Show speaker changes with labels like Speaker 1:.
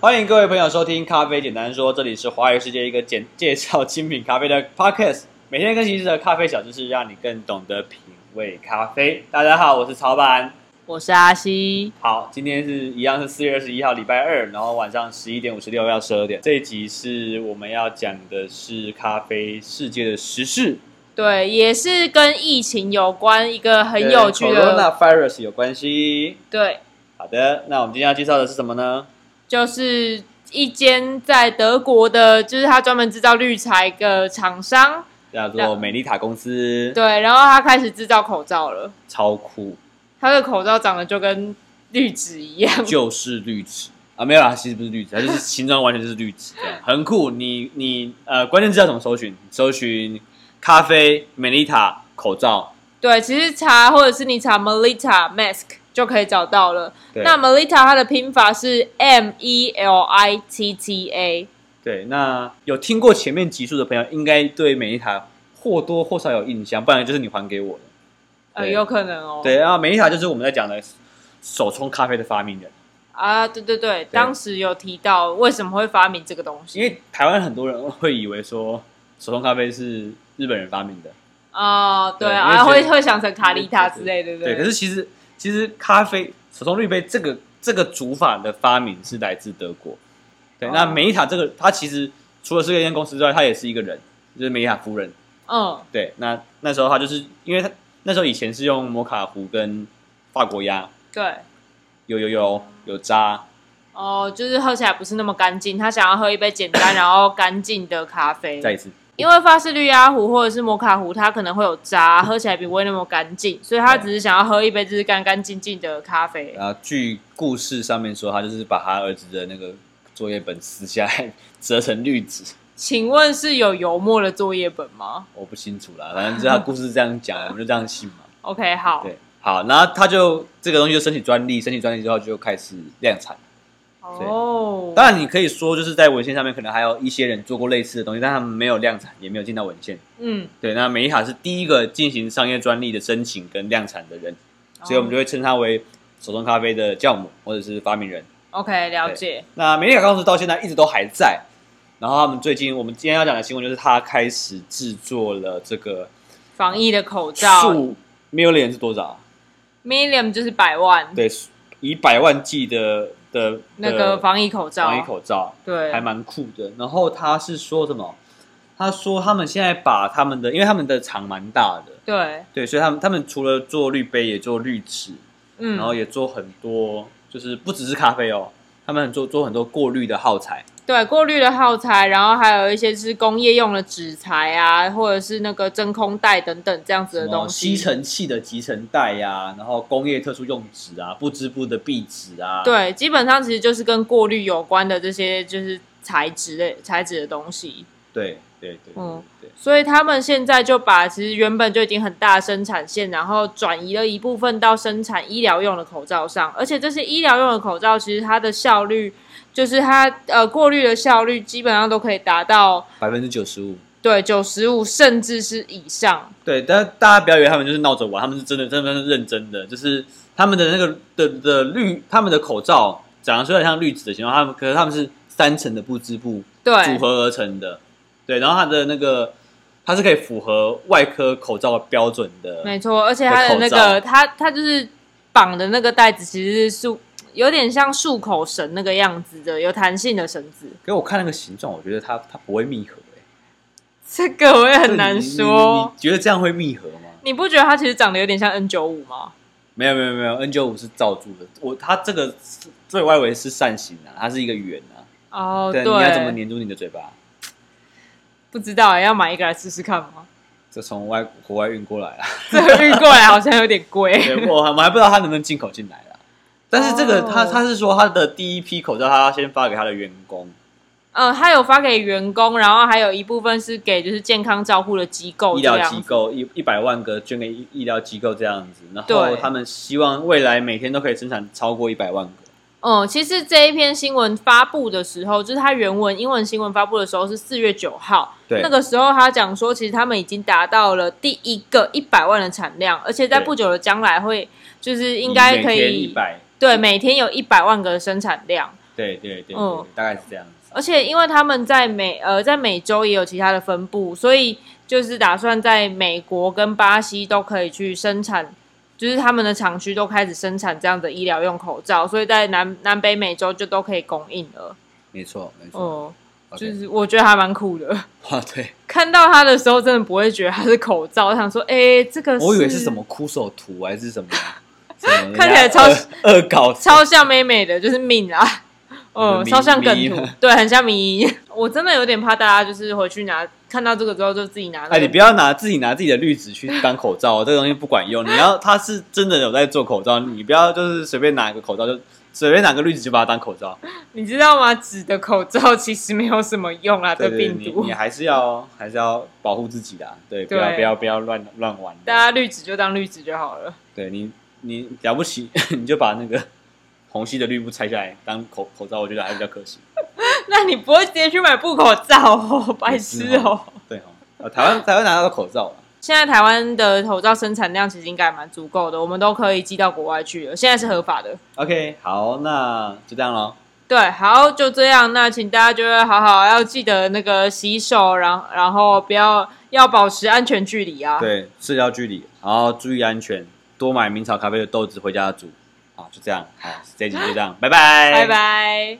Speaker 1: 欢迎各位朋友收听《咖啡简单说》，这里是华语世界一个简介绍精品咖啡的 podcast，每天更新一次的咖啡小知识，让你更懂得品味咖啡。大家好，我是曹板。
Speaker 2: 我是阿西，
Speaker 1: 好，今天是一样是四月二十一号，礼拜二，然后晚上十一点五十六到十二点。这一集是我们要讲的是咖啡世界的时事，
Speaker 2: 对，也是跟疫情有关一个很有趣
Speaker 1: 跟
Speaker 2: 的，
Speaker 1: coronavirus 有关系。
Speaker 2: 对，
Speaker 1: 好的，那我们今天要介绍的是什么呢？
Speaker 2: 就是一间在德国的，就是他专门制造绿茶的厂商，
Speaker 1: 叫做美丽塔公司，
Speaker 2: 对，然后他开始制造口罩了，
Speaker 1: 超酷，
Speaker 2: 他的口罩长得就跟绿植一样，
Speaker 1: 就是绿植啊，没有啦，其实不是绿植，它就是形状完全就是绿植，这样很酷。你你呃，关键字要怎么搜寻？搜寻咖啡、美丽塔、口罩。
Speaker 2: 对，其实查或者是你查 Melita mask 就可以找到了。
Speaker 1: 对
Speaker 2: 那 Melita 它的拼法是 M E L I T T A，
Speaker 1: 对，那有听过前面集数的朋友，应该对美丽塔或多或少有印象，不然就是你还给我的。
Speaker 2: 呃，
Speaker 1: 对
Speaker 2: 有可能哦。
Speaker 1: 对，然后美丽塔就是我们在讲的手冲咖啡的发明人。
Speaker 2: 啊，对对对，当时有提到为什么会发明这个东
Speaker 1: 因
Speaker 2: 西
Speaker 1: 为台湾很多人会以为说手冲咖啡是日本人发明的，
Speaker 2: 啊，对
Speaker 1: 对因为
Speaker 2: 啊，
Speaker 1: 其
Speaker 2: 会
Speaker 1: 实
Speaker 2: 会想成卡丽塔之类的，
Speaker 1: 对。
Speaker 2: 对
Speaker 1: 可
Speaker 2: 对
Speaker 1: 是其实其实咖啡手冲滤杯这个这个煮法的发明是来自德国，对。
Speaker 2: 哦
Speaker 1: 那美丽塔这个，它其实除了是一间公司之外，它也是一个人，就是美丽塔夫人。
Speaker 2: 嗯，
Speaker 1: 对，那那时候他就是因为他那时候以前是用摩卡壶跟法国鸭，
Speaker 2: 对，
Speaker 1: 有有有有渣，
Speaker 2: 哦，就是喝起来不是那么干净，他想要喝一杯简单然后干净的咖啡，
Speaker 1: 再一次
Speaker 2: 因为法式绿鸭壶或者是摩卡壶，它可能会有渣，喝起来不会那么干净，所以他
Speaker 1: 对
Speaker 2: 只是想要喝一杯就是干干净净的咖啡。
Speaker 1: 然后据故事上面说，他就是把他儿子的那个作业本撕下来 折成绿纸。
Speaker 2: 请问是有油墨的作业本吗
Speaker 1: 我不清楚啦，反正就是他故事是这样讲，我们就这样信嘛。
Speaker 2: ？OK，好，
Speaker 1: 对，好，然后他就这个东西就申请专利，申请专利之后就开始量产。
Speaker 2: 哦，
Speaker 1: 当然，你可以说就是在文献上面可能还有一些人做过类似的东西，但他们没有量产，也没有进到文献。
Speaker 2: 嗯，
Speaker 1: 对，那美丽塔是第一个进行商业专利的申请跟量产的人，所以我们就会称他为手冲咖啡的教母或者是发明人。
Speaker 2: OK 了解，
Speaker 1: 那美丽塔公司到现在一直都还在，然后他们最近我们今天要讲的新闻就是他开始制作了这个
Speaker 2: 防疫的口罩
Speaker 1: 数 million 是多少啊？
Speaker 2: Million 就是百万，
Speaker 1: 对，以百万计的的的
Speaker 2: 那个防疫口罩，
Speaker 1: 防疫口罩，
Speaker 2: 对，
Speaker 1: 还蛮酷的。然后他是说什么？他说他们现在把他们的，因为他们的厂蛮大的，
Speaker 2: 对，
Speaker 1: 对，所以他们他们除了做滤杯，也做滤纸，
Speaker 2: 嗯，
Speaker 1: 然后也做很多，就是不只是咖啡哦，他们做做很多过滤的耗材，
Speaker 2: 对过滤的耗材，然后还有一些是工业用的纸材啊，或者是那个真空袋等等这样子
Speaker 1: 什
Speaker 2: 的
Speaker 1: 么
Speaker 2: 东
Speaker 1: 吸
Speaker 2: 西。
Speaker 1: 尘器的集尘袋呀、然后工业特殊用纸啊，不织布的壁纸啊，
Speaker 2: 对，基本上其实就是跟过滤有关的这些就是材质类材质的东西。
Speaker 1: 对对对对
Speaker 2: 嗯
Speaker 1: 对，
Speaker 2: 所以他们现在就把其实原本就已经很大的生产线，然后转移了一部分到生产医疗用的口罩上，而且这些医疗用的口罩其实它的效率，就是它呃过滤的效率基本上都可以达到
Speaker 1: 百分之九十五。
Speaker 2: 对九十五甚至是以上。
Speaker 1: 对，但大家不要以为他们就是闹着玩，他们是真的、真的、真的认真的，就是他们的那个的的绿，他们的口罩长得虽然像绿纸的形状，他们可是他们是三层的布织布组
Speaker 2: 对
Speaker 1: 合而成的，对，然后它的那个它是可以符合外科口罩标准的，
Speaker 2: 没错，而且它的
Speaker 1: 的
Speaker 2: 那
Speaker 1: 口罩
Speaker 2: 个它它就是绑的那个带子，其实是束有点像束口绳那个样子的，有弹性的绳子。
Speaker 1: 给我看那个形状，我觉得它它不会密合、欸，
Speaker 2: 这个我也
Speaker 1: 对
Speaker 2: 很
Speaker 1: 你
Speaker 2: 难
Speaker 1: 你你
Speaker 2: 说。
Speaker 1: 你觉得这样会密合吗？
Speaker 2: 你不觉得它其实长得有点像 N 九五吗？
Speaker 1: 没有没有没有，N 九五是罩住的，我它这个是最外围是扇形啊，它是一个圆啊，
Speaker 2: 哦，
Speaker 1: 对，
Speaker 2: 对，
Speaker 1: 你要怎么粘住你的嘴巴？
Speaker 2: 不知道、欸，要买一个来试试看吗？
Speaker 1: 这从外国外运过来啊，
Speaker 2: 这个运过来好像有点 贵。
Speaker 1: 对，我还我还不知道他能不能进口进来啦。但是这个
Speaker 2: 哦
Speaker 1: 他他是说他的第一批口罩，他先发给他的员工，
Speaker 2: 嗯，它有发给员工，然后还有一部分是给就是健康照护的机构
Speaker 1: 医
Speaker 2: 哦这
Speaker 1: 疗
Speaker 2: 样
Speaker 1: 机
Speaker 2: 子。
Speaker 1: 构一一百万个捐给医医疗机构这样子，然后
Speaker 2: 对
Speaker 1: 他们希望未来每天都可以生产超过一百万个。
Speaker 2: 嗯，其实这一篇新闻发布的时候，就是它原文英文新闻发布的时候是四月九号，
Speaker 1: 对
Speaker 2: 那个时候他讲说，其实他们已经达到了第一个一百万的产量，而且在
Speaker 1: 对
Speaker 2: 不久的将来会，就是应该可
Speaker 1: 每天一
Speaker 2: 以
Speaker 1: 百，
Speaker 2: 对每天有一百万个生产量。
Speaker 1: 对对对，
Speaker 2: 嗯
Speaker 1: 对大概是这样子。啊
Speaker 2: 而且因为他们在美呃在美洲也有其他的分布，所以就是打算在美国跟巴西都可以去生产，就是他们的厂区都开始生产这样的医疗用口罩，所以在南南北美洲就都可以供应了。
Speaker 1: 没错没错，
Speaker 2: 哦、
Speaker 1: OK
Speaker 2: 就是我觉得还蛮酷的。
Speaker 1: 啊对，
Speaker 2: 看到它的时候，真的不会觉得它是口罩，我想说，哎、这个
Speaker 1: 我以为是什么哭手图还 是什么，什么人家
Speaker 2: 看起来超
Speaker 1: 恶恶搞
Speaker 2: 超像美美的，就是命啊，嗯，
Speaker 1: 迷
Speaker 2: 超像梗
Speaker 1: 迷
Speaker 2: 图，对，很像迷。我真的有点怕大家就是回去拿看到这个之后就自己拿、那个
Speaker 1: 哎，你不要拿自己拿自己的绿植去当口罩、 哦，这个东西不管用。你要它是真的有在做口罩，你不要就是随便拿一个口罩就随便拿个绿植就把它当口罩。
Speaker 2: 你知道吗？纸的口罩其实没有什么用啦，
Speaker 1: 对
Speaker 2: 对
Speaker 1: 对，
Speaker 2: 病
Speaker 1: 你
Speaker 2: 毒
Speaker 1: 你。还是要还是要保护自己的啊，对，不要
Speaker 2: 对
Speaker 1: 不要不要乱乱玩。
Speaker 2: 大家绿纸就当绿纸就好了。
Speaker 1: 对你你了不起， 你就把那个虹吸的绿布拆下来当口口罩，我觉得还比较可惜。
Speaker 2: 那你不会直接去买布口罩哦，白痴
Speaker 1: 也是
Speaker 2: 哦
Speaker 1: 哦。对哦，呃台湾台湾拿到口罩啊了，
Speaker 2: 现在台湾的口罩生产量其实应该还蛮足够的，我们都可以寄到国外去了，现在是合法的。
Speaker 1: OK，好，那就这样咯。
Speaker 2: 对，好，就这样。那请大家就会好好要记得那个洗手，然然后不要要保持安全距离啊。
Speaker 1: 对，社交距离，然后注意安全，多买明朝咖啡的豆子回家煮。好，就这样，好，这一集就这样，拜拜，
Speaker 2: 拜拜。